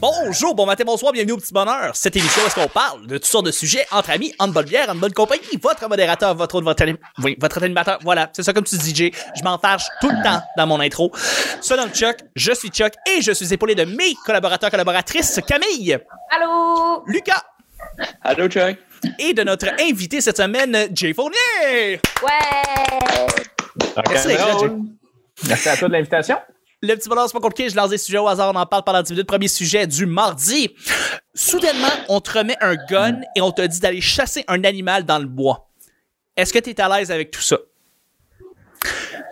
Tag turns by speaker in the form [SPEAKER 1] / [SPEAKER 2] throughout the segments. [SPEAKER 1] Bonjour, bon matin, bonsoir, bienvenue au Petit Bonheur. Cette émission, est-ce qu'on parle de toutes sortes de sujets entre amis, en bonne bière, en bonne compagnie, votre modérateur, votre autre, votre, anim- oui, votre animateur, voilà, c'est ça comme tu dis, DJ. Je m'en fâche tout le temps dans mon intro. Son nom Chuck, je suis Chuck et je suis épaulé de mes collaborateurs, collaboratrices, Camille,
[SPEAKER 2] Allô?
[SPEAKER 1] Lucas
[SPEAKER 3] Allô, Chuck?
[SPEAKER 1] et de notre invité cette semaine, Jay Fournier.
[SPEAKER 2] Ouais!
[SPEAKER 1] Merci d'être là, Jay.
[SPEAKER 3] Merci à toi de l'invitation.
[SPEAKER 1] Le petit bonheur, c'est pas compliqué. Je lance des sujets au hasard. On en parle pendant 10 minutes. Premier sujet du mardi. Soudainement, on te remet un gun et on te dit d'aller chasser un animal dans le bois. Est-ce que tu es à l'aise avec tout ça?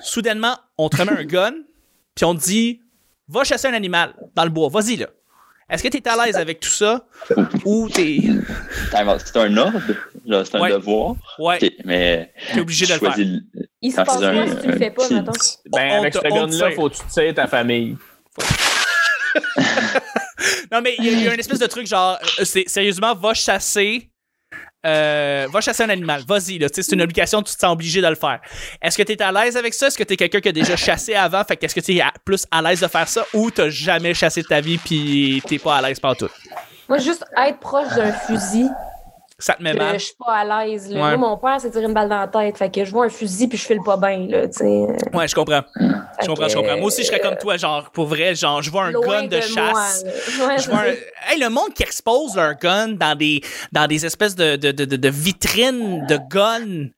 [SPEAKER 1] Soudainement, on te remet un gun puis on te dit va chasser un animal dans le bois. Vas-y, là. Est-ce que tu es à l'aise avec tout ça ou t'es
[SPEAKER 3] Time out. C'est un ordre, là, c'est un
[SPEAKER 1] Ouais.
[SPEAKER 3] devoir.
[SPEAKER 1] ouais,
[SPEAKER 3] Ok, mais
[SPEAKER 1] t'es obligé de
[SPEAKER 3] tu
[SPEAKER 1] le faire?
[SPEAKER 3] choisis le-
[SPEAKER 2] Il se
[SPEAKER 3] quand
[SPEAKER 2] passe
[SPEAKER 3] c'est un-
[SPEAKER 2] quoi si tu le
[SPEAKER 3] un
[SPEAKER 2] fais pas,
[SPEAKER 3] petit-
[SPEAKER 2] mettons?
[SPEAKER 1] On- on
[SPEAKER 4] Ben, avec
[SPEAKER 1] te-
[SPEAKER 4] ce
[SPEAKER 1] on te
[SPEAKER 4] gun-là,
[SPEAKER 1] tire.
[SPEAKER 4] faut que tu tires ta famille.
[SPEAKER 1] Non, mais il y, a- il y a une espèce de truc genre, euh, c'est- sérieusement, va chasser. euh, va chasser un animal, vas-y, là, tu sais, c'est une obligation, tu te sens obligé de le faire. Est-ce que tu es à l'aise avec ça? Est-ce que tu es quelqu'un qui a déjà chassé avant? Fait que est-ce que tu es plus à l'aise de faire ça ou t'as jamais chassé de ta vie puis t'es pas à l'aise partout?
[SPEAKER 2] Moi, juste être proche d'un fusil,
[SPEAKER 1] Ça te met
[SPEAKER 2] euh, je
[SPEAKER 1] mal?
[SPEAKER 2] suis pas à l'aise. là.
[SPEAKER 1] Ouais.
[SPEAKER 2] Moi, mon père s'est tiré une balle dans la tête. Fait que je vois un fusil puis je file pas bien, là, tu sais.
[SPEAKER 1] Ouais, je comprends. Je
[SPEAKER 2] Fait
[SPEAKER 1] comprends, je
[SPEAKER 2] que,
[SPEAKER 1] comprends. Moi aussi, je serais comme toi, genre, pour vrai, genre, je vois un
[SPEAKER 2] loin
[SPEAKER 1] gun de,
[SPEAKER 2] moi,
[SPEAKER 1] chasse.
[SPEAKER 2] là. Ouais,
[SPEAKER 1] Je vois un- Hey, le monde qui expose leur gun dans des, dans des espèces de, de, de, de- de vitrines de guns,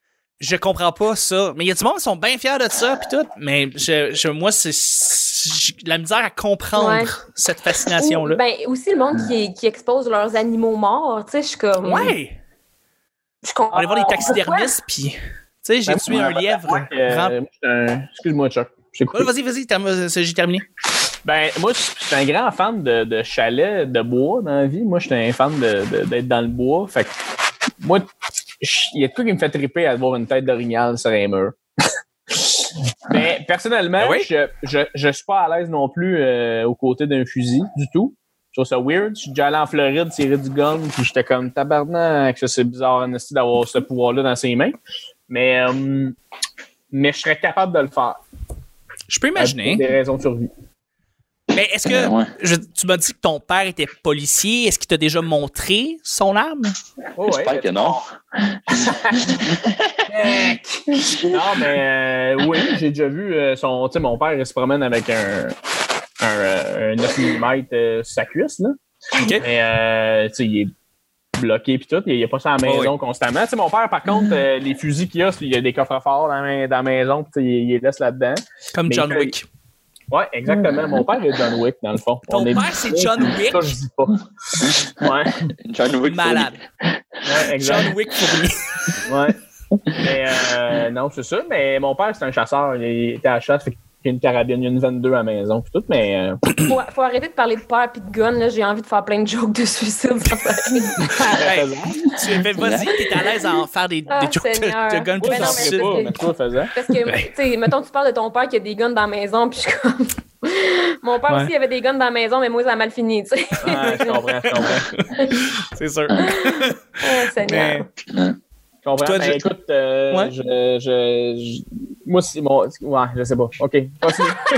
[SPEAKER 1] je comprends pas ça. Mais il y a du monde qui sont bien fiers de ça, puis tout. Mais je, je- moi, c'est j'ai de la misère à comprendre
[SPEAKER 2] Ouais.
[SPEAKER 1] cette
[SPEAKER 2] Ou-
[SPEAKER 1] fascination-là.
[SPEAKER 2] ben, aussi le monde qui, qui expose leurs animaux morts, tu sais, je suis comme.
[SPEAKER 1] ouais!
[SPEAKER 2] Je comprends.
[SPEAKER 1] On allait voir les taxidermistes, puis. Tu sais, j'ai
[SPEAKER 4] Ben,
[SPEAKER 1] tué un
[SPEAKER 4] moi,
[SPEAKER 1] lièvre.
[SPEAKER 4] Moi, euh,
[SPEAKER 1] Rem-
[SPEAKER 4] moi, je suis un- Excuse-moi, Chuck. Je t'ai coupé.
[SPEAKER 1] Ouais, vas-y, vas-y, termine- j'ai terminé.
[SPEAKER 4] Ben, moi, je suis je suis un grand fan de, de chalets de bois dans la vie. Moi, je suis un fan de- de- d'être dans le bois. Fait que, moi, je- il y a tout qui me fait triper à voir une tête d'orignal sur un mur. Mais personnellement,
[SPEAKER 1] Ben oui.
[SPEAKER 4] je, je, je suis pas à l'aise non plus euh, aux côtés d'un fusil du tout. Je trouve ça weird. Je suis déjà allé en Floride tirer du gun, puis j'étais comme tabarnak, ça c'est bizarre en esti, d'avoir ce pouvoir-là dans ses mains. Mais, euh, mais je serais capable de le faire.
[SPEAKER 1] Je peux imaginer.
[SPEAKER 4] Pour des raisons de survie. Ah,
[SPEAKER 1] Mais Ben, est-ce que.
[SPEAKER 3] Ouais.
[SPEAKER 1] je- tu m'as dit que ton père était policier. Est-ce qu'il t'a déjà montré son arme?
[SPEAKER 4] Oh, ouais.
[SPEAKER 3] J'espère que non.
[SPEAKER 4] Non, mais euh, oui, j'ai déjà vu euh, son. Tu sais, mon père, il se promène avec un, un, euh, un 9 mm euh, sur sa cuisse, là.
[SPEAKER 1] OK.
[SPEAKER 4] Mais, euh, tu sais, il est bloqué puis tout. Il n'est pas ça à la
[SPEAKER 1] Oh,
[SPEAKER 4] maison constamment. Tu sais, mon père, par contre, euh, les fusils qu'il a, c'est- il y a des coffres forts dans, la main- dans la maison, puis tu sais, il, il les laisse là-dedans.
[SPEAKER 1] Comme
[SPEAKER 4] Mais
[SPEAKER 1] John
[SPEAKER 4] que-
[SPEAKER 1] Wick.
[SPEAKER 4] Ouais, exactement. Mon père est John Wick, dans le fond.
[SPEAKER 1] Ton
[SPEAKER 4] On est-
[SPEAKER 1] père, c'est John Wick.
[SPEAKER 4] Ça, je dis pas. Ouais,
[SPEAKER 3] John Wick.
[SPEAKER 1] Malade.
[SPEAKER 4] ouais exact.
[SPEAKER 1] John Wick Fournier.
[SPEAKER 4] Ouais. Mais euh, non, c'est ça. Mais mon père, c'est un chasseur. Il était à la chasse. Fait qu'il a une carabine, il y a une 22 à la maison. Puis tout, mais. euh,
[SPEAKER 2] Faut, faut arrêter de parler de peur puis de gun, là. J'ai envie de faire plein de jokes de suicide. ça fait-
[SPEAKER 1] Hey, tu fais vas-y, t'es à l'aise à en faire des, des
[SPEAKER 2] Ah,
[SPEAKER 1] jokes
[SPEAKER 2] Seigneur.
[SPEAKER 1] de, de gun
[SPEAKER 2] Ben
[SPEAKER 4] moi,
[SPEAKER 1] pis de
[SPEAKER 2] non,
[SPEAKER 4] j'en
[SPEAKER 2] mais
[SPEAKER 4] ferais
[SPEAKER 1] suicide.
[SPEAKER 4] pas,
[SPEAKER 2] c'est-
[SPEAKER 4] mais toi, le faisais.
[SPEAKER 2] Parce que,
[SPEAKER 1] Ben.
[SPEAKER 2] tu sais, mettons, tu parles de ton père qui a des guns dans la maison, puis je suis comme. Mon père
[SPEAKER 1] Ouais.
[SPEAKER 2] aussi avait des guns dans la maison, mais moi, ça a mal fini, tu sais.
[SPEAKER 4] Ouais, je comprends, je comprends.
[SPEAKER 1] C'est sûr.
[SPEAKER 2] Oh, Seigneur.
[SPEAKER 1] Mais-
[SPEAKER 4] Je comprends.
[SPEAKER 1] Toi,
[SPEAKER 4] mais
[SPEAKER 1] tu-
[SPEAKER 4] écoute, euh,
[SPEAKER 1] Ouais.
[SPEAKER 4] je, je, je- Moi, c'est mon. Ouais, je sais pas. OK. Continue.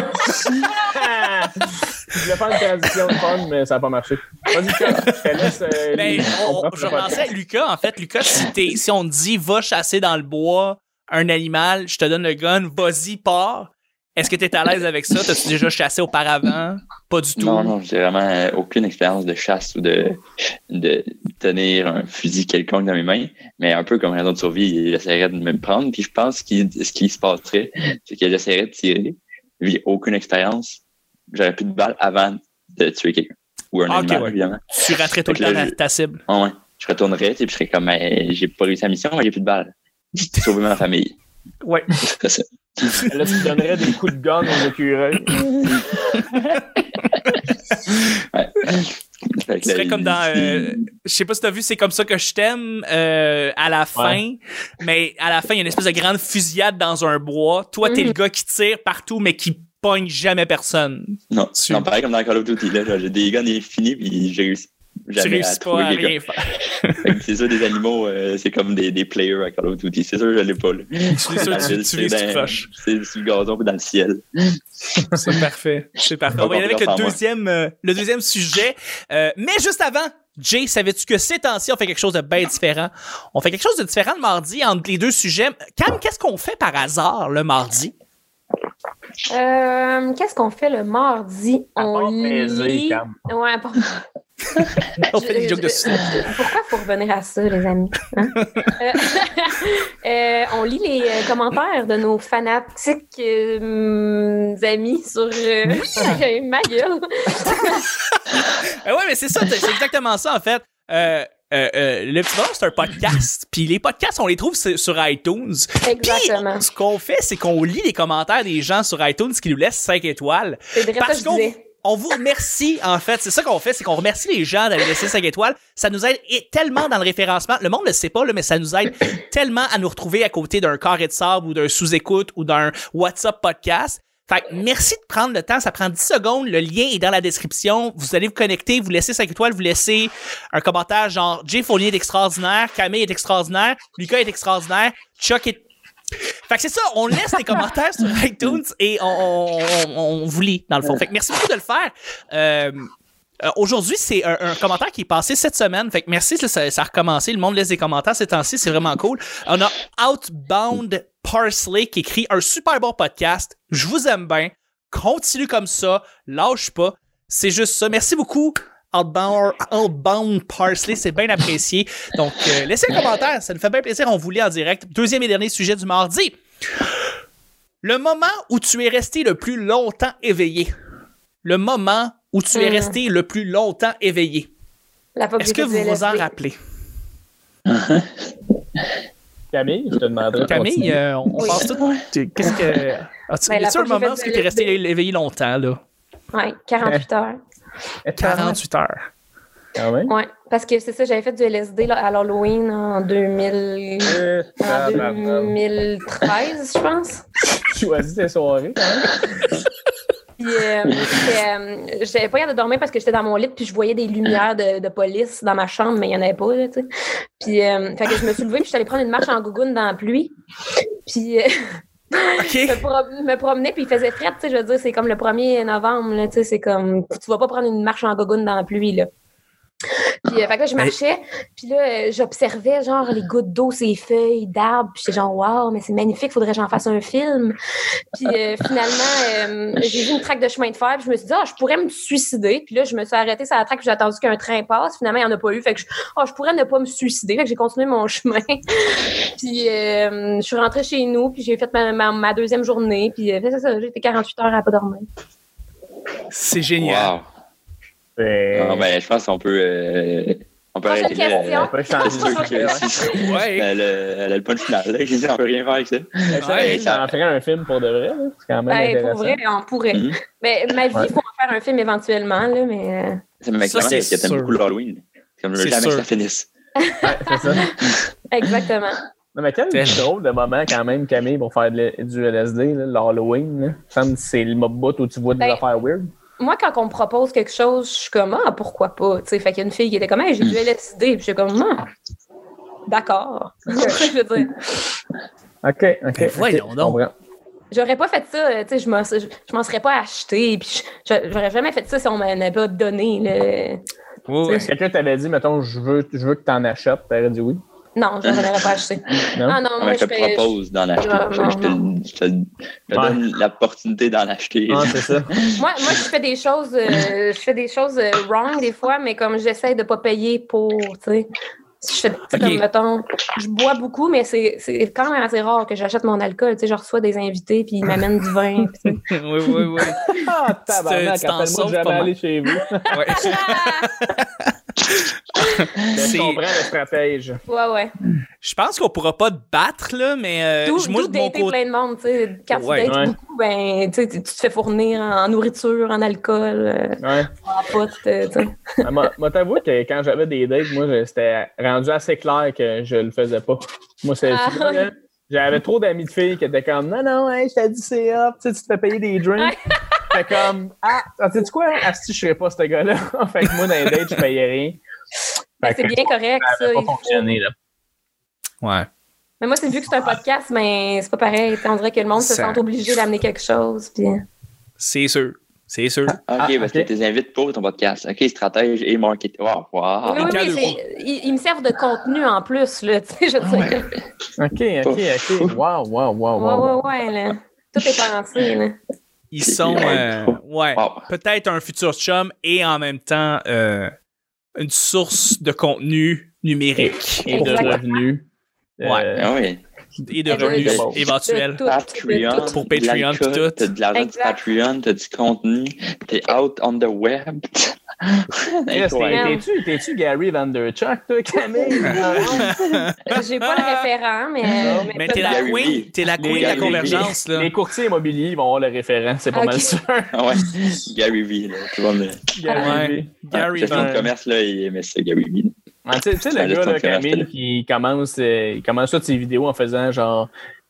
[SPEAKER 4] je voulais faire une transition fun, mais ça n'a pas marché. Vas-y, Chuck, je te laisse. euh,
[SPEAKER 1] Ben, on-
[SPEAKER 4] comprend
[SPEAKER 1] on- je
[SPEAKER 4] pas.
[SPEAKER 1] pensais à Lucas, en fait. Lucas, si, t'es- si on te dit va chasser dans le bois un animal, je te donne le gun, vas-y, pars. Est-ce que t'es à l'aise avec ça? T'as-tu déjà chassé auparavant? Pas du tout.
[SPEAKER 3] Non, non, j'ai vraiment euh, aucune expérience de chasse ou de, de tenir un fusil quelconque dans mes mains, mais un peu comme raison de survie, il essaierait de me prendre, puis je pense qu'il ce qui se passerait, c'est qu'il essaierait de tirer, puis j'ai aucune expérience, j'aurais plus de balles avant de tuer quelqu'un, ou un
[SPEAKER 1] Ah, ok,
[SPEAKER 3] animal,
[SPEAKER 1] ouais.
[SPEAKER 3] évidemment.
[SPEAKER 1] Tu raterais tout le temps ta, ta cible.
[SPEAKER 3] Ah Ouais, ouais. Je retournerais, tu sais, puis je serais comme, Ben, j'ai pas réussi la mission, mais j'ai plus de balles. J'ai sauvé ma famille.
[SPEAKER 1] Ouais.
[SPEAKER 3] C'est ça.
[SPEAKER 4] Là, tu donnerais des coups de gun aux écureuils.
[SPEAKER 3] Fait que
[SPEAKER 1] Tu serais
[SPEAKER 3] la-
[SPEAKER 1] comme dans. euh, je sais pas si t'as vu, c'est comme ça que je t'aime euh, à la fin. Mais à la fin, il y a une espèce de grande fusillade dans un bois. Toi, t'es
[SPEAKER 2] Mhm.
[SPEAKER 1] le gars qui tire partout, mais qui pogne jamais personne.
[SPEAKER 3] Non,
[SPEAKER 1] Tu-
[SPEAKER 3] non, pareil comme dans Call of Duty, là, genre, j'ai des guns infinis, puis j'ai réussi.
[SPEAKER 1] tu
[SPEAKER 3] jamais à
[SPEAKER 1] réussis pas à
[SPEAKER 3] trouver
[SPEAKER 1] rien
[SPEAKER 3] quelqu'un.
[SPEAKER 1] faire.
[SPEAKER 3] Fait que C'est ça, des animaux, euh, c'est comme des, des players à Call of Duty. C'est sûr, je l'ai pas. là.
[SPEAKER 1] C'est sûr, tu, tu vises, tu
[SPEAKER 3] dans-
[SPEAKER 1] croches.
[SPEAKER 3] C'est sur le gazon puis dans le ciel.
[SPEAKER 1] C'est parfait. C'est parfait. On va y aller avec le deuxième, euh, le deuxième sujet. Euh, mais juste avant, Jay, savais-tu que ces temps-ci, on fait quelque chose de bien différent? On fait quelque chose de différent le mardi entre les deux sujets. Cam, qu'est-ce qu'on fait par hasard le mardi?
[SPEAKER 2] Euh, Qu'est-ce qu'on fait le mardi?
[SPEAKER 4] À part
[SPEAKER 2] On
[SPEAKER 4] baiser,
[SPEAKER 2] lit...
[SPEAKER 4] Cam.
[SPEAKER 2] Ouais, à part-
[SPEAKER 1] On fait des
[SPEAKER 2] Ben, Je-
[SPEAKER 1] jokes de
[SPEAKER 2] je- Pourquoi faut revenir à ça, les amis? Hein? Euh, euh, on lit les euh, commentaires de nos fanatiques euh, amis sur euh, ma gueule.
[SPEAKER 1] Euh, ouais, mais c'est ça, c'est exactement ça, en fait. Euh, euh, euh, le petit bonheur, c'est un podcast. Puis les podcasts, on les trouve sur sur iTunes. Puis,
[SPEAKER 2] Exactement.
[SPEAKER 1] ce qu'on fait, c'est qu'on lit les commentaires des gens sur iTunes qui nous laissent 5 étoiles.
[SPEAKER 2] C'est vrai ça que
[SPEAKER 1] Parce
[SPEAKER 2] je
[SPEAKER 1] qu'on
[SPEAKER 2] disais.
[SPEAKER 1] on vous remercie, en fait. C'est ça qu'on fait, c'est qu'on remercie les gens d'aller laisser 5 étoiles. Ça nous aide et- tellement dans le référencement. Le monde ne le sait pas, là, mais ça nous aide tellement à nous retrouver à côté d'un carré de sable ou d'un sous-écoute ou d'un WhatsApp podcast. Fait que merci de prendre le temps. Ça prend 10 secondes. Le lien est dans la description. Vous allez vous connecter, vous laissez 5 étoiles, vous laissez un commentaire genre Jay Fournier est extraordinaire, Camille est extraordinaire, Lucas est extraordinaire, Chuck est fait que c'est ça, on laisse les commentaires sur iTunes et on, on, on- on vous lit, dans le fond. Fait que merci beaucoup de le faire. Euh, euh, Aujourd'hui, c'est un, un commentaire qui est passé cette semaine. Fait que merci, ça, ça- ça a recommencé. Le monde laisse des commentaires ces temps-ci, c'est vraiment cool. On a Outbound Parsley qui écrit un super bon podcast. Je vous aime bien. Continue comme ça. Lâche pas. C'est juste ça. Merci beaucoup. Outbound, Outbound Parsley, c'est bien apprécié. Donc, euh, laissez un commentaire, ça nous fait bien plaisir, on vous lit en direct. Deuxième et dernier sujet du mardi. Le moment où tu es resté le plus longtemps éveillé. Le moment où tu es
[SPEAKER 2] Mm.
[SPEAKER 1] resté le plus longtemps éveillé.
[SPEAKER 2] La pop
[SPEAKER 1] Est-ce que
[SPEAKER 2] du
[SPEAKER 1] vous vous en
[SPEAKER 2] LSD.
[SPEAKER 1] rappelez?
[SPEAKER 4] Camille, je te demanderais. de
[SPEAKER 1] Camille,
[SPEAKER 4] continuer.
[SPEAKER 1] euh, on
[SPEAKER 2] Oui.
[SPEAKER 1] pense tout. Qu'est-ce que. As-tu
[SPEAKER 2] Ben,
[SPEAKER 1] as-tu un
[SPEAKER 2] la fois que j'ai
[SPEAKER 1] moment
[SPEAKER 2] fait
[SPEAKER 1] où
[SPEAKER 2] du
[SPEAKER 1] tu es resté éveillé longtemps, là?
[SPEAKER 2] Ouais, 48 heures.
[SPEAKER 4] Eh, tabarnak,
[SPEAKER 1] 48 heures.
[SPEAKER 4] quand même.
[SPEAKER 2] Ouais, parce que c'est ça, j'avais fait du LSD là, à l'Halloween en 2000.
[SPEAKER 4] Eh,
[SPEAKER 2] En
[SPEAKER 4] tabarnak.
[SPEAKER 2] 2013, je pense.
[SPEAKER 4] Tu Choisis tes soirées. quand même.
[SPEAKER 2] Puis, euh, c'était, euh, j'avais pas hâte de dormir parce que j'étais dans mon lit, puis je voyais des lumières de, de police dans ma chambre, mais il y en avait pas, là, tu sais. Puis, euh, fait que je me suis levée, puis je suis allée prendre une marche en gougoune dans la pluie. Puis, euh,
[SPEAKER 1] OK.
[SPEAKER 2] me, pro- me promener, puis il faisait fret, tu sais. Je veux dire, c'est comme le 1er novembre, là, tu sais. C'est comme, tu vas pas prendre une marche en gougoune dans la pluie, là. Puis, euh, fait que là, je marchais, puis là, euh, j'observais, genre, les gouttes d'eau, ces feuilles d'arbres, puis j'étais genre, waouh, mais c'est magnifique, faudrait que j'en fasse un film. Puis euh, finalement, euh, j'ai vu une traque de chemin de fer, puis je me suis dit, ah, je pourrais me suicider. Puis là, je me suis arrêtée sur la traque, puis j'ai attendu qu'un train passe. Finalement, il n'y en a pas eu. Fait que je, Ah, je pourrais ne pas me suicider. Fait que j'ai continué mon chemin. puis euh, je suis rentrée chez nous, puis j'ai fait ma, ma- ma deuxième journée. Puis euh, c'est ça, j'ai été 48 heures à pas dormir.
[SPEAKER 1] C'est génial.
[SPEAKER 3] Wow.
[SPEAKER 4] Ben,
[SPEAKER 1] Ah,
[SPEAKER 3] Non, ben, je pense qu'on peut, euh, on peut
[SPEAKER 2] Prochaine
[SPEAKER 3] arrêter là. euh,
[SPEAKER 2] question.
[SPEAKER 4] pas changer
[SPEAKER 3] C'est sûr
[SPEAKER 4] de
[SPEAKER 3] que
[SPEAKER 4] sujet.
[SPEAKER 3] si
[SPEAKER 1] Ouais.
[SPEAKER 3] elle, euh, elle a le punch final, là, je dis, on peut rien faire avec ça.
[SPEAKER 1] ben,
[SPEAKER 4] Ouais, ça en ferait un film pour de vrai. là. C'est quand même
[SPEAKER 2] Ben,
[SPEAKER 4] intéressant.
[SPEAKER 2] pour vrai, on pourrait.
[SPEAKER 3] Mhm.
[SPEAKER 2] Mais ma vie, il
[SPEAKER 4] Ouais.
[SPEAKER 2] faut en faire un film éventuellement, là, mais. euh,
[SPEAKER 3] Ça me met
[SPEAKER 1] Ça,
[SPEAKER 3] comment
[SPEAKER 1] c'est
[SPEAKER 3] parce que
[SPEAKER 1] sûr.
[SPEAKER 3] t'aimes beaucoup l'Halloween. Comme je veux
[SPEAKER 1] C'est
[SPEAKER 3] jamais que
[SPEAKER 1] sûr.
[SPEAKER 3] ça finisse.
[SPEAKER 4] Ouais, c'est ça.
[SPEAKER 2] Exactement.
[SPEAKER 4] Non, mais quel
[SPEAKER 1] Tellement.
[SPEAKER 4] drôle de moment quand même, Camille, pour faire de l- du LSD, là, l'Halloween. là. Il me semble que c'est le bout où tu vois des
[SPEAKER 2] Ben,
[SPEAKER 4] affaires weird.
[SPEAKER 2] moi, quand on me propose quelque chose, je suis comme, ah, pourquoi pas? Tu sais, fait qu'il y a une fille qui était comme, hey, j'ai du LSD. Puis je suis comme, ah, d'accord. je veux dire,
[SPEAKER 4] OK, OK.
[SPEAKER 1] Ben, voyons
[SPEAKER 4] ok, je
[SPEAKER 1] donc.
[SPEAKER 4] comprends.
[SPEAKER 2] j'aurais pas fait ça, euh, tu sais, je m'en, je, je m'en serais pas acheté. Puis je- je- j'aurais jamais fait ça si on m'en avait pas donné.
[SPEAKER 1] Ouais,
[SPEAKER 4] Tu sais,
[SPEAKER 1] ouais.
[SPEAKER 4] Si quelqu'un t'avait dit, mettons, je veux, je veux que t'en achètes, t'aurais dit oui.
[SPEAKER 2] Le... Non, je m'en aurais pas acheté.
[SPEAKER 4] Non?
[SPEAKER 2] Ah non,
[SPEAKER 3] Ah, ben,
[SPEAKER 2] moi,
[SPEAKER 3] je
[SPEAKER 2] je
[SPEAKER 3] te
[SPEAKER 2] fais-
[SPEAKER 3] propose d'en acheter.
[SPEAKER 2] Non,
[SPEAKER 3] Je, je te,
[SPEAKER 2] non.
[SPEAKER 3] je te- je te
[SPEAKER 4] Ouais.
[SPEAKER 3] donne l'opportunité d'en acheter.
[SPEAKER 4] Ah, c'est ça.
[SPEAKER 2] je- moi, moi, je fais des choses, euh, je fais des choses euh, wrong des fois, mais comme j'essaie de pas payer pour, tu sais. Si Je fais tu sais,
[SPEAKER 1] Ok.
[SPEAKER 2] comme, mettons, je bois beaucoup, mais c'est c'est quand même assez rare que j'achète mon alcool. Tu sais, je reçois des invités, puis ils m'amènent du vin. puis tu sais.
[SPEAKER 1] Oui, oui, oui.
[SPEAKER 4] Ah,
[SPEAKER 1] Tu
[SPEAKER 4] tabarnak,
[SPEAKER 1] t'en
[SPEAKER 4] appelle-moi
[SPEAKER 1] sauves
[SPEAKER 4] de jamais
[SPEAKER 1] pas mal.
[SPEAKER 4] aller chez vous.
[SPEAKER 1] Ouais.
[SPEAKER 4] Mais
[SPEAKER 1] C'est-
[SPEAKER 4] Je comprends le stratège.
[SPEAKER 2] Ouais, ouais.
[SPEAKER 1] Je pense qu'on pourra pas te battre, là, mais euh,
[SPEAKER 2] D'où
[SPEAKER 1] je- moi,
[SPEAKER 2] d'où
[SPEAKER 1] de mon
[SPEAKER 2] dater
[SPEAKER 1] côté.
[SPEAKER 2] plein de monde, tu sais. Quand
[SPEAKER 1] Ouais.
[SPEAKER 2] tu dates
[SPEAKER 4] Ouais.
[SPEAKER 2] beaucoup, ben, tu sais, tu tu te fais fournir en nourriture, en alcool, euh,
[SPEAKER 4] Ouais.
[SPEAKER 2] en potes, euh, tu sais.
[SPEAKER 4] Ah, Moi, moi, t'avoue que quand j'avais des dates, moi, je- c'était rendu assez clair que je le faisais pas. Moi, c'est.
[SPEAKER 2] Ah,
[SPEAKER 4] là, là, J'avais trop d'amis de filles qui étaient comme Non, non, hey, je t'ai dit c'est up, tu sais, tu te fais payer des drinks. ah, Fait comme Ah, tu sais quoi, Asti, je serais pas ce gars-là. fait que moi, dans les dates, je payais rien. Fait
[SPEAKER 2] C'est
[SPEAKER 4] que
[SPEAKER 2] bien correct,
[SPEAKER 4] Ça
[SPEAKER 2] ça.
[SPEAKER 4] n'avait pas
[SPEAKER 2] il faut-
[SPEAKER 4] fonctionné, là.
[SPEAKER 1] Ouais.
[SPEAKER 2] Mais moi, c'est vu que c'est un podcast, mais c'est pas pareil. On dirait que le monde se
[SPEAKER 1] Ça-
[SPEAKER 2] sent obligé d'amener quelque chose. Puis...
[SPEAKER 1] C'est sûr. C'est sûr.
[SPEAKER 3] OK,
[SPEAKER 4] Ah,
[SPEAKER 3] parce
[SPEAKER 4] ok.
[SPEAKER 3] que tu les invites pour ton podcast. OK, stratège et marketing. Wow, wow.
[SPEAKER 2] Oui, oui,
[SPEAKER 1] cas
[SPEAKER 2] oui,
[SPEAKER 1] de
[SPEAKER 2] j'ai- ils, ils me servent de contenu en plus, là, tu sais, je veux dire.
[SPEAKER 4] OK, OK, OK. Wow, wow, wow,
[SPEAKER 2] Ouais,
[SPEAKER 4] wow.
[SPEAKER 2] ouais, ouais, là. Tout est pensé, là.
[SPEAKER 1] Ils sont. euh, ouais.
[SPEAKER 3] Wow.
[SPEAKER 1] Peut-être un futur chum et en même temps euh, une source de contenu numérique
[SPEAKER 4] Et de
[SPEAKER 2] Exactement.
[SPEAKER 4] revenus. Euh,
[SPEAKER 1] Ouais.
[SPEAKER 3] Ah oui.
[SPEAKER 1] et de
[SPEAKER 2] Et de-
[SPEAKER 1] revenus
[SPEAKER 4] de-
[SPEAKER 1] éventuels.
[SPEAKER 2] de tout,
[SPEAKER 3] Patreon.
[SPEAKER 2] de tout.
[SPEAKER 1] Pour Patreon,
[SPEAKER 3] de l'alcool,
[SPEAKER 1] pis tout.
[SPEAKER 3] T'as de l'argent du
[SPEAKER 2] Exact.
[SPEAKER 3] Patreon, t'as du contenu, t'es out on the web.
[SPEAKER 4] Chris, t'es-
[SPEAKER 3] Incroyable.
[SPEAKER 4] T'es-tu t'es-tu Gary Vanderchuck, toi, Camille?
[SPEAKER 2] Ben, J'ai pas le référent, mais.
[SPEAKER 1] Mais t'es la
[SPEAKER 3] Gary
[SPEAKER 1] queen.
[SPEAKER 3] Vee.
[SPEAKER 1] T'es la queen de la
[SPEAKER 3] Gary Vee.
[SPEAKER 1] convergence, là.
[SPEAKER 4] Les courtiers immobiliers ils vont avoir le référent, c'est pas
[SPEAKER 2] Ok.
[SPEAKER 4] mal sûr.
[SPEAKER 3] Ah ouais. Gary Vee, là. Tu vois, le
[SPEAKER 1] Ouais.
[SPEAKER 4] Gary Vee.
[SPEAKER 1] Gary euh,
[SPEAKER 3] le
[SPEAKER 1] Vee.
[SPEAKER 3] de commerce, là, il aimait ça, Gary Vee.
[SPEAKER 4] Ah, tu sais- tu sais, le
[SPEAKER 3] Ouais,
[SPEAKER 4] gars,
[SPEAKER 3] laisse-moi
[SPEAKER 4] là,
[SPEAKER 3] faire acheter, là.
[SPEAKER 4] Camille, qui commence, euh, il commence toutes ses vidéos en faisant genre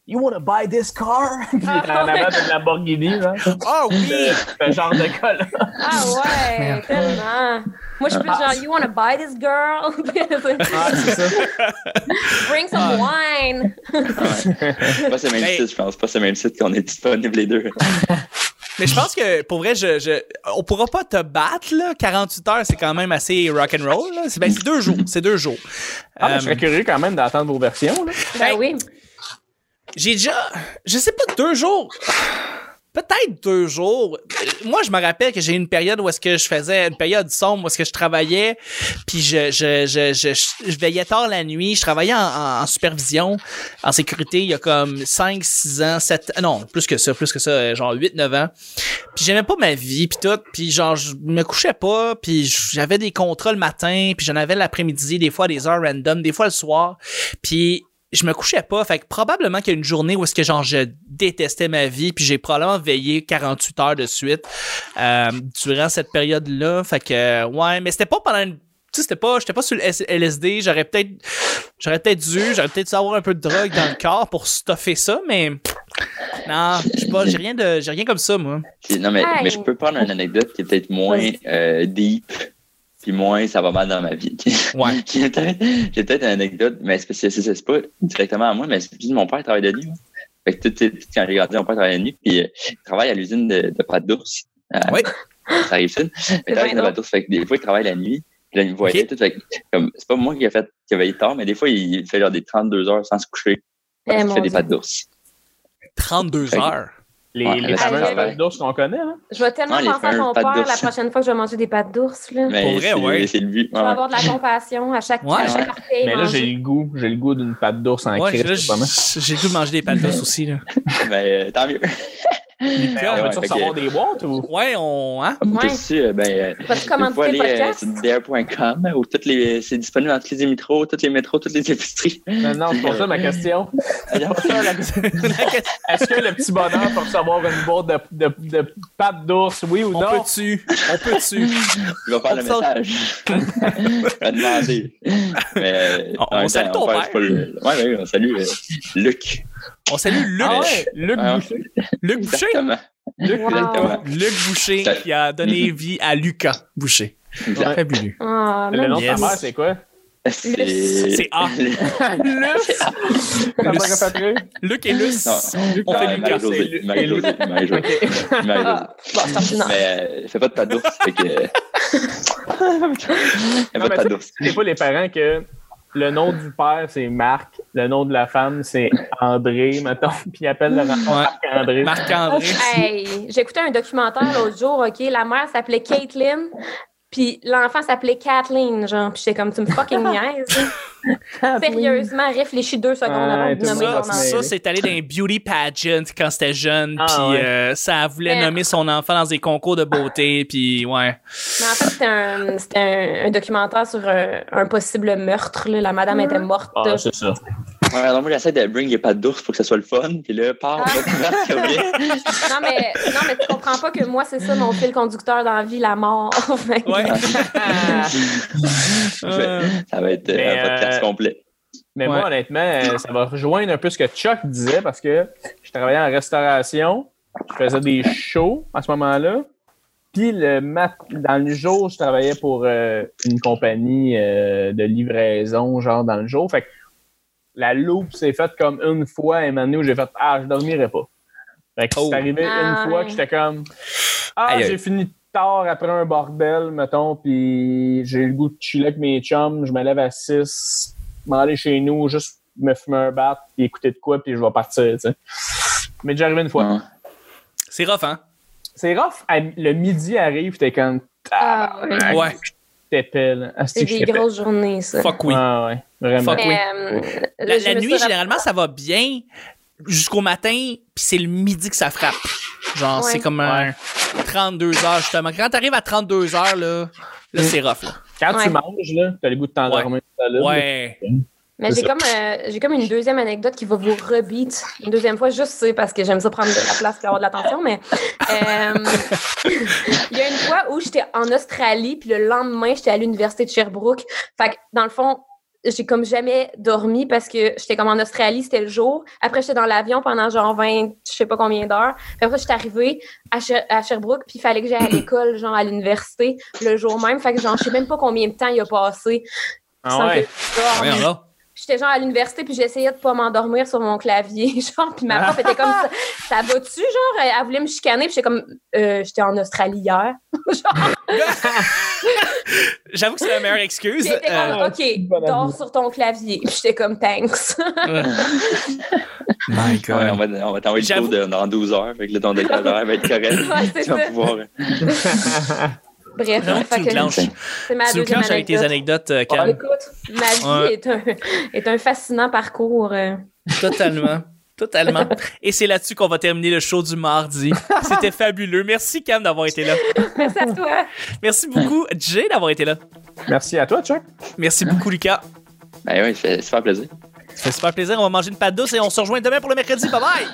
[SPEAKER 4] You wanna buy this car? Puis il est en avant de Lamborghini, genre.
[SPEAKER 1] Oh oui!
[SPEAKER 4] Ce genre de gars, là.
[SPEAKER 2] Ah ouais, tellement. Moi, je suis plus
[SPEAKER 1] Ah.
[SPEAKER 2] genre, you wanna buy this girl?
[SPEAKER 4] Ah, c'est ça.
[SPEAKER 2] Bring
[SPEAKER 1] Ah.
[SPEAKER 2] some wine.
[SPEAKER 3] C'est Pas ce même
[SPEAKER 1] Mais-
[SPEAKER 3] site, je pense. Pas ce même site qu'on est disponible les deux.
[SPEAKER 1] Mais je pense que pour vrai, je, je- on pourra pas te battre là. 48 heures, c'est quand même assez rock and roll. là. C'est ben, c'est deux jours, c'est deux jours.
[SPEAKER 4] Ah, mais
[SPEAKER 1] Euh,
[SPEAKER 4] je serais curieux quand même d'entendre vos versions, là.
[SPEAKER 2] Ben
[SPEAKER 1] Hey.
[SPEAKER 2] oui.
[SPEAKER 1] J'ai déjà, je sais pas, deux jours. Peut-être deux jours. Euh, Moi, je me rappelle que j'ai eu une période où est-ce que je faisais une période sombre où est-ce que je travaillais, puis je je, je, je, je veillais tard la nuit. Je travaillais en, en- en supervision, en sécurité. Il y a comme 5, 6 ans, 7 non plus que ça, plus que ça, euh, genre 8, 9 ans. Puis j'aimais pas ma vie, puis tout. Puis genre, je me couchais pas, puis j'avais des contrats le matin, puis j'en avais l'après-midi, des fois à des heures random, des fois le soir. Puis je me couchais pas. Fait que probablement qu'il y a une journée où est-ce que genre je détestais ma vie, puis j'ai probablement veillé 48 heures de suite euh, durant cette période-là. Fait que euh, ouais, mais c'était pas pendant une tu sais, c'était pas, j'étais pas sur le S- LSD, j'aurais peut-être, j'aurais peut-être dû, j'aurais peut-être dû avoir un peu de drogue dans le corps pour stuffer ça, mais non, je sais pas, j'ai rien de, j'ai rien comme ça, moi.
[SPEAKER 3] C'est- Non, mais,
[SPEAKER 2] Hey.
[SPEAKER 3] mais je peux prendre une anecdote qui est peut-être moins euh, deep, puis moins ça va mal dans ma vie.
[SPEAKER 1] Ouais.
[SPEAKER 3] Qui est peut-être- J'ai peut-être une anecdote, mais c'est parce que c'est c'est pas directement à moi, mais c'est juste mon père travaille de nuit. moi. Fait que tout, tout- tout- quand j'ai grandi, mon père travaille de nuit, puis euh, il travaille à l'usine de, de pâte d'ours. à-
[SPEAKER 1] Ouais.
[SPEAKER 3] Ça arrive sud. Mais il travaille à
[SPEAKER 2] bien
[SPEAKER 3] l'usine de pâte d'ours. Fait que des fois, il travaille la nuit. Puis là, il me voyait
[SPEAKER 1] Ok.
[SPEAKER 3] tout. Fait que, comme, c'est pas moi qui a fait, qui a veillé tard, mais des fois, il fait genre des 32 heures sans se coucher.
[SPEAKER 2] Eh,
[SPEAKER 3] Parce qu'il
[SPEAKER 2] mon
[SPEAKER 3] fait des
[SPEAKER 2] Dieu.
[SPEAKER 3] pâtes d'ours.
[SPEAKER 1] 32
[SPEAKER 3] Fait que-
[SPEAKER 1] heures.
[SPEAKER 4] Les,
[SPEAKER 3] Ouais,
[SPEAKER 4] les
[SPEAKER 3] le
[SPEAKER 4] fameuses
[SPEAKER 2] travail.
[SPEAKER 4] pâtes d'ours qu'on connaît, hein. là.
[SPEAKER 2] Je vais tellement
[SPEAKER 3] Non, les
[SPEAKER 2] penser à mon
[SPEAKER 3] fameux pâtes
[SPEAKER 2] père la
[SPEAKER 3] d'ours.
[SPEAKER 2] prochaine fois que je vais manger des pâtes d'ours, là.
[SPEAKER 3] Mais
[SPEAKER 1] Pour vrai,
[SPEAKER 3] c'est-
[SPEAKER 1] ouais.
[SPEAKER 3] C'est le but.
[SPEAKER 2] Je vais
[SPEAKER 3] Ouais.
[SPEAKER 2] avoir de la compassion à chaque,
[SPEAKER 1] Ouais.
[SPEAKER 2] à chaque orteil
[SPEAKER 4] Mais là,
[SPEAKER 2] mangé.
[SPEAKER 4] j'ai le goût, j'ai le goût d'une pâte d'ours en
[SPEAKER 1] Ouais,
[SPEAKER 4] crème.
[SPEAKER 1] là, j'ai j'ai le goût de manger des pâtes d'os aussi, là.
[SPEAKER 3] Ben, euh, tant mieux.
[SPEAKER 4] On va-tu
[SPEAKER 3] Ouais,
[SPEAKER 4] Ah, recevoir
[SPEAKER 3] ok.
[SPEAKER 4] des boîtes ou?
[SPEAKER 1] Ouais, on, hein?
[SPEAKER 3] Comme
[SPEAKER 2] Ouais.
[SPEAKER 3] tout ça, ben, euh,
[SPEAKER 2] Vas-tu commander
[SPEAKER 3] vous pouvez
[SPEAKER 2] le
[SPEAKER 3] aller, euh,
[SPEAKER 2] podcast?
[SPEAKER 3] sur dr.com euh, où toutes les, c'est disponible dans tous les métros, toutes les métros, toutes les épiceries.
[SPEAKER 4] Non, non, c'est pour ça ma question.
[SPEAKER 3] Alors,
[SPEAKER 4] Est-ce que le petit bonheur peut recevoir une boîte de, de, de pâtes d'ours, oui ou
[SPEAKER 1] on
[SPEAKER 4] non?
[SPEAKER 1] peut-tu? On peut-tu?
[SPEAKER 3] je vais faire le
[SPEAKER 1] On
[SPEAKER 3] message. je vais demander. Mais,
[SPEAKER 1] On-
[SPEAKER 3] en
[SPEAKER 1] on
[SPEAKER 3] même
[SPEAKER 1] salue
[SPEAKER 3] temps,
[SPEAKER 1] ton
[SPEAKER 3] va-
[SPEAKER 1] père.
[SPEAKER 3] c'est pas le- Ouais, ouais, on salue euh, Luc.
[SPEAKER 1] On salue Luc,
[SPEAKER 4] Ah ouais, Luc
[SPEAKER 3] Ah,
[SPEAKER 4] Boucher.
[SPEAKER 1] Luc Boucher.
[SPEAKER 3] Exactement.
[SPEAKER 4] Luc
[SPEAKER 2] Wow.
[SPEAKER 3] Exactement.
[SPEAKER 1] Luc Boucher
[SPEAKER 3] Ça-
[SPEAKER 1] qui a donné vie à Lucas Boucher.
[SPEAKER 3] Exact.
[SPEAKER 1] Fabuleux.
[SPEAKER 2] Ah,
[SPEAKER 4] Le
[SPEAKER 2] man.
[SPEAKER 4] nom
[SPEAKER 1] Yes.
[SPEAKER 4] de ta mère, c'est quoi?
[SPEAKER 3] C'est.
[SPEAKER 1] C'est A.
[SPEAKER 4] Luc! Ta mère a fait rire?
[SPEAKER 1] Luc et Luc.
[SPEAKER 3] Non.
[SPEAKER 1] On fait
[SPEAKER 3] Ah,
[SPEAKER 1] Lucas,
[SPEAKER 3] Marie-Josée.
[SPEAKER 4] c'est-
[SPEAKER 3] Marie-Josée. Marie-Josée. Marie-Josée.
[SPEAKER 2] Ah, bon, c'est ordinaire.
[SPEAKER 3] Mais euh, fais pas de pâte d'ours. Fait que. fais
[SPEAKER 4] Non,
[SPEAKER 3] pas de
[SPEAKER 4] mais
[SPEAKER 3] pâte
[SPEAKER 4] tu
[SPEAKER 3] d'ours.
[SPEAKER 4] sais, des fois, les parents que le nom du père, c'est Marc, le nom de la femme, c'est André, mettons, puis ils appellent le
[SPEAKER 1] Ouais.
[SPEAKER 4] enfant Marc-André.
[SPEAKER 1] Marc-André.
[SPEAKER 2] Hey, j'écoutais un documentaire l'autre jour, OK? La mère s'appelait Caitlin, puis l'enfant s'appelait Kathleen, genre. Puis j'étais comme, tu me fucking niaises. hein? Sérieusement, réfléchis deux secondes avant
[SPEAKER 4] Ouais,
[SPEAKER 2] de
[SPEAKER 4] tout
[SPEAKER 2] nommer
[SPEAKER 4] le
[SPEAKER 1] Ça,
[SPEAKER 4] monde
[SPEAKER 2] ton
[SPEAKER 4] va se
[SPEAKER 2] enfant.
[SPEAKER 1] ça, c'est allé dans un beauty pageant quand c'était jeune,
[SPEAKER 4] Ah,
[SPEAKER 1] puis
[SPEAKER 4] ouais.
[SPEAKER 1] euh, ça voulait
[SPEAKER 2] Mais-
[SPEAKER 1] nommer son enfant dans des concours de beauté, puis ouais.
[SPEAKER 2] Mais en fait, c'était un, c'était un- un documentaire sur un, un possible meurtre. là. La madame était morte.
[SPEAKER 4] Ah, c'est ça.
[SPEAKER 3] Ouais, alors moi, j'essaie de bring les pâtes d'ours pour que ça soit le fun. Puis là, parle,
[SPEAKER 2] Ah.
[SPEAKER 3] parle, parle,
[SPEAKER 2] non, mais, non, mais tu comprends pas que moi, c'est ça mon fil conducteur dans la vie, la mort. Fait que- euh,
[SPEAKER 1] Ouais.
[SPEAKER 3] Ouais. Ça va être euh,
[SPEAKER 4] Mais,
[SPEAKER 3] un podcast
[SPEAKER 4] euh,
[SPEAKER 3] complet.
[SPEAKER 4] Mais
[SPEAKER 1] Ouais.
[SPEAKER 4] moi, honnêtement, euh, ça va rejoindre un peu ce que Chuck disait parce que je travaillais en restauration, je faisais des shows à ce moment-là. Puis le mat dans le jour, je travaillais pour euh, une compagnie euh, de livraison, genre dans le jour. Fait que la loupe s'est faite comme une fois et maintenant où j'ai fait Ah, je dormirai pas. Fait que
[SPEAKER 1] Oh.
[SPEAKER 4] c'est arrivé
[SPEAKER 2] Ah,
[SPEAKER 4] une fois
[SPEAKER 2] ouais.
[SPEAKER 4] que j'étais comme Ah,
[SPEAKER 1] Aïe, aïe.
[SPEAKER 4] j'ai fini tard après un bordel, mettons, puis j'ai le goût de chiller avec mes chums, je me lève à 6, m'en aller chez nous, juste me fumer un bat, puis écouter de quoi, puis je vais partir, tu sais. Mais déjà arrivé une fois.
[SPEAKER 3] Ouais.
[SPEAKER 1] C'est rough, hein?
[SPEAKER 4] C'est rough, à- le midi arrive, t'es comme
[SPEAKER 2] Ah, oui.
[SPEAKER 4] Ouais.
[SPEAKER 1] Ouais.
[SPEAKER 4] t'épais, là. Asti
[SPEAKER 2] C'est
[SPEAKER 4] que je
[SPEAKER 2] des
[SPEAKER 4] t'épais.
[SPEAKER 2] grosses journées, ça.
[SPEAKER 1] Fuck oui.
[SPEAKER 4] Ah, ouais, vraiment.
[SPEAKER 1] Fuck.
[SPEAKER 2] Mais,
[SPEAKER 1] oui.
[SPEAKER 2] euh,
[SPEAKER 1] La,
[SPEAKER 2] je
[SPEAKER 1] la
[SPEAKER 2] me suis
[SPEAKER 1] nuit,
[SPEAKER 2] rappelé-
[SPEAKER 1] généralement, ça va bien jusqu'au matin, puis c'est le midi que ça frappe. Genre,
[SPEAKER 2] Ouais.
[SPEAKER 1] c'est comme un 32 heures, justement. Quand t'arrives à 32 heures, là, là c'est rough, là.
[SPEAKER 4] Quand tu
[SPEAKER 2] Ouais.
[SPEAKER 4] manges, là, t'as le goût de t'endormir. solide.
[SPEAKER 1] Ouais.
[SPEAKER 2] Mais
[SPEAKER 4] C'est
[SPEAKER 2] j'ai
[SPEAKER 4] ça.
[SPEAKER 2] comme, euh, j'ai comme une deuxième anecdote qui va vous rebeat une deuxième fois, juste c'est parce que j'aime ça prendre de la place et avoir de l'attention, mais euh, il y a une fois où j'étais en Australie, puis le lendemain, j'étais à l'université de Sherbrooke. Fait que, dans le fond, j'ai comme jamais dormi parce que j'étais comme en Australie, c'était le jour. Après, j'étais dans l'avion pendant genre 20, je sais pas combien d'heures. Puis après, j'étais arrivée à, Sher- à Sherbrooke, puis il fallait que j'aille à l'école, genre à l'université, le jour même. Fait que, genre, je sais même pas combien de temps il a passé
[SPEAKER 4] Ah ouais.
[SPEAKER 2] que je dorme.
[SPEAKER 1] Voyons donc.
[SPEAKER 2] J'étais genre à l'université, puis j'essayais de pas m'endormir sur mon clavier, genre, puis ma prof était comme ça, ça va-tu, genre, elle voulait me chicaner, puis j'étais comme, Euh, j'étais en Australie hier.
[SPEAKER 1] J'avoue que c'est la meilleure excuse.
[SPEAKER 2] Puis elle était
[SPEAKER 1] Euh,
[SPEAKER 2] comme, ok,
[SPEAKER 4] bon
[SPEAKER 2] dors
[SPEAKER 4] avis.
[SPEAKER 2] sur ton clavier. Puis j'étais comme, thanks.
[SPEAKER 1] My
[SPEAKER 3] Ouais, on va, on va t'envoyer le
[SPEAKER 1] J'avoue-
[SPEAKER 3] cours de- dans 12 heures. Fait que là, ton décalage horaire va être correct.
[SPEAKER 2] Ouais, c'est
[SPEAKER 3] tu vas
[SPEAKER 2] ça.
[SPEAKER 3] pouvoir. euh,
[SPEAKER 2] Bref,
[SPEAKER 1] J'avoue que
[SPEAKER 2] fait
[SPEAKER 1] tu nous
[SPEAKER 2] que
[SPEAKER 1] clenches.
[SPEAKER 2] c'est ma
[SPEAKER 1] Tu nous
[SPEAKER 2] deuxième
[SPEAKER 1] clenches avec tes anecdotes,
[SPEAKER 2] anecdote.
[SPEAKER 1] euh, Cam.
[SPEAKER 2] Écoute, ma vie
[SPEAKER 1] Ouais.
[SPEAKER 2] est, un, est un fascinant parcours. euh.
[SPEAKER 1] Totalement. Totalement. Et c'est là-dessus qu'on va terminer le show du mardi. C'était fabuleux. Merci, Cam, d'avoir été là.
[SPEAKER 2] Merci à toi.
[SPEAKER 1] Merci beaucoup, Jay, d'avoir été là.
[SPEAKER 4] Merci à toi, Chuck.
[SPEAKER 1] Merci beaucoup, Lucas.
[SPEAKER 3] Ben oui, ça fait super plaisir.
[SPEAKER 1] Ça fait super plaisir. On va manger une pâte douce et on se rejoint demain pour le mercredi. Bye bye!